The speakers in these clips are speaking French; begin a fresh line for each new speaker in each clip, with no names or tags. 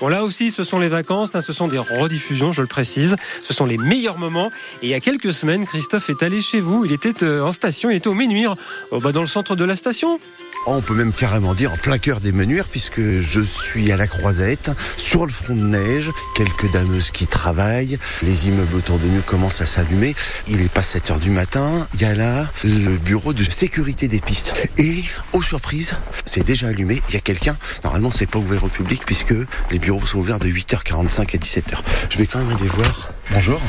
Bon, là aussi, ce sont les vacances, hein, ce sont des rediffusions, je le précise. Ce sont les meilleurs moments. Et il y a quelques semaines, Christophe est allé chez vous. Il était euh, en station, il était au Ménuire, euh, bah, dans le centre de la station.
Oh, On peut même carrément dire en plein cœur des menuires, puisque je suis à la croisette, sur le front de neige, quelques dameuses qui travaillent, les immeubles autour de nous commencent à s'allumer. Il est pas 7 heures du matin, il y a là le bureau de sécurité des pistes. Et, aux surprises, c'est déjà allumé, il y a quelqu'un. Normalement, c'est pas ouvert au public, puisque les bureaux sont ouverts de 8h45 à 17h. Je vais quand même aller voir. Bonjour.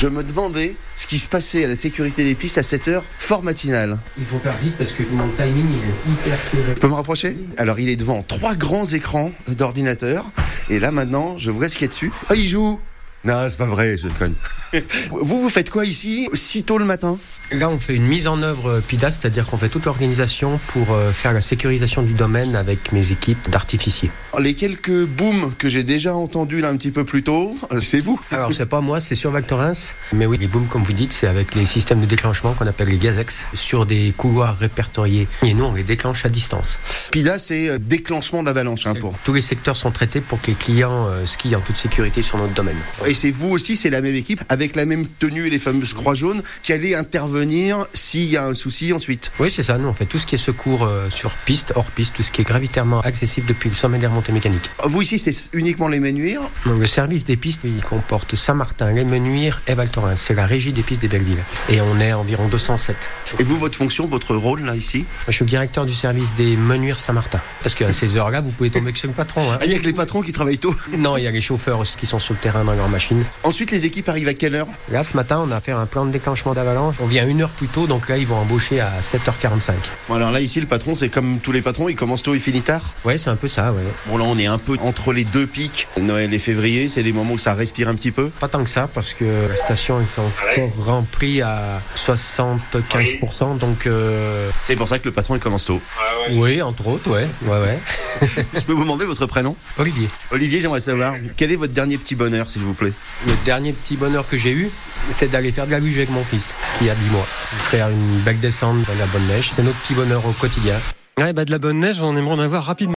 Je me demandais ce qui se passait à la sécurité des pistes à 7h, fort matinale.
Il faut faire vite parce que mon timing il est hyper serré.
Je peux me rapprocher Alors il est devant trois grands écrans d'ordinateur. Et là maintenant, je vois ce qu'il y a dessus. Ah, il joue Non, c'est pas vrai, je déconne. vous, vous faites quoi ici, si tôt le matin
Là, on fait une mise en œuvre euh, PIDA, c'est-à-dire qu'on fait toute l'organisation pour euh, faire la sécurisation du domaine avec mes équipes d'artificiers.
Les quelques booms que j'ai déjà entendus là un petit peu plus tôt, euh, c'est vous.
Alors, c'est pas moi, c'est sur Valtorins. Mais oui, les booms, comme vous dites, c'est avec les systèmes de déclenchement qu'on appelle les gazex sur des couloirs répertoriés. Et nous, on les déclenche à distance.
PIDA, c'est euh, déclenchement d'avalanche. hein, pour...
Tous les secteurs sont traités pour que les clients euh, skient en toute sécurité sur notre domaine.
Et c'est vous aussi, c'est la même équipe, avec la même tenue et les fameuses croix jaunes, qui allez intervenir s'il y a un souci ensuite.
Oui, c'est ça. Nous, on fait tout ce qui est secours euh, sur piste, hors piste, tout ce qui est gravitairement accessible depuis le sommet des remontées mécaniques.
Vous ici, c'est uniquement les menuires.
Donc, le service des pistes, il comporte Saint-Martin, les Menuires et Val Thorens. C'est la régie des pistes des Belleville. Et on est environ 207.
Et vous, votre fonction, votre rôle là ici
Je suis le directeur du service des Menuires Saint-Martin. Parce qu'à ces heures-là, vous pouvez tomber que sur le patron. hein.
Ah, il y a que les patrons qui travaillent tôt.
Non, il y a les chauffeurs aussi qui sont sur le terrain dans leur machine.
Ensuite, les équipes arrivent à quelle heure
Là, ce matin, on a fait un plan de déclenchement d'avalanche. On vient une heure plus tôt, donc là, ils vont embaucher à 7h45.
Bon, alors là, ici, le patron, c'est comme tous les patrons, il commence tôt, il finit tard.
Ouais, c'est un peu ça, ouais.
Bon, là, on est un peu entre les deux pics, Noël et février, c'est les moments où ça respire un petit peu.
Pas tant que ça, parce que la station est encore remplie à 75%, donc... euh,
C'est pour ça que le patron, il commence tôt.
Oui, entre autres, ouais, ouais, ouais.
Je peux vous demander votre prénom
Olivier,
Olivier, j'aimerais savoir, quel est votre dernier petit bonheur, s'il vous plaît
le dernier petit bonheur que j'ai eu, c'est d'aller faire de la luge avec mon fils, qui a 10 mois. Faire une belle descente dans la bonne neige, c'est notre petit bonheur au quotidien.
Ouais, bah, de la bonne neige, on aimerait en avoir rapidement.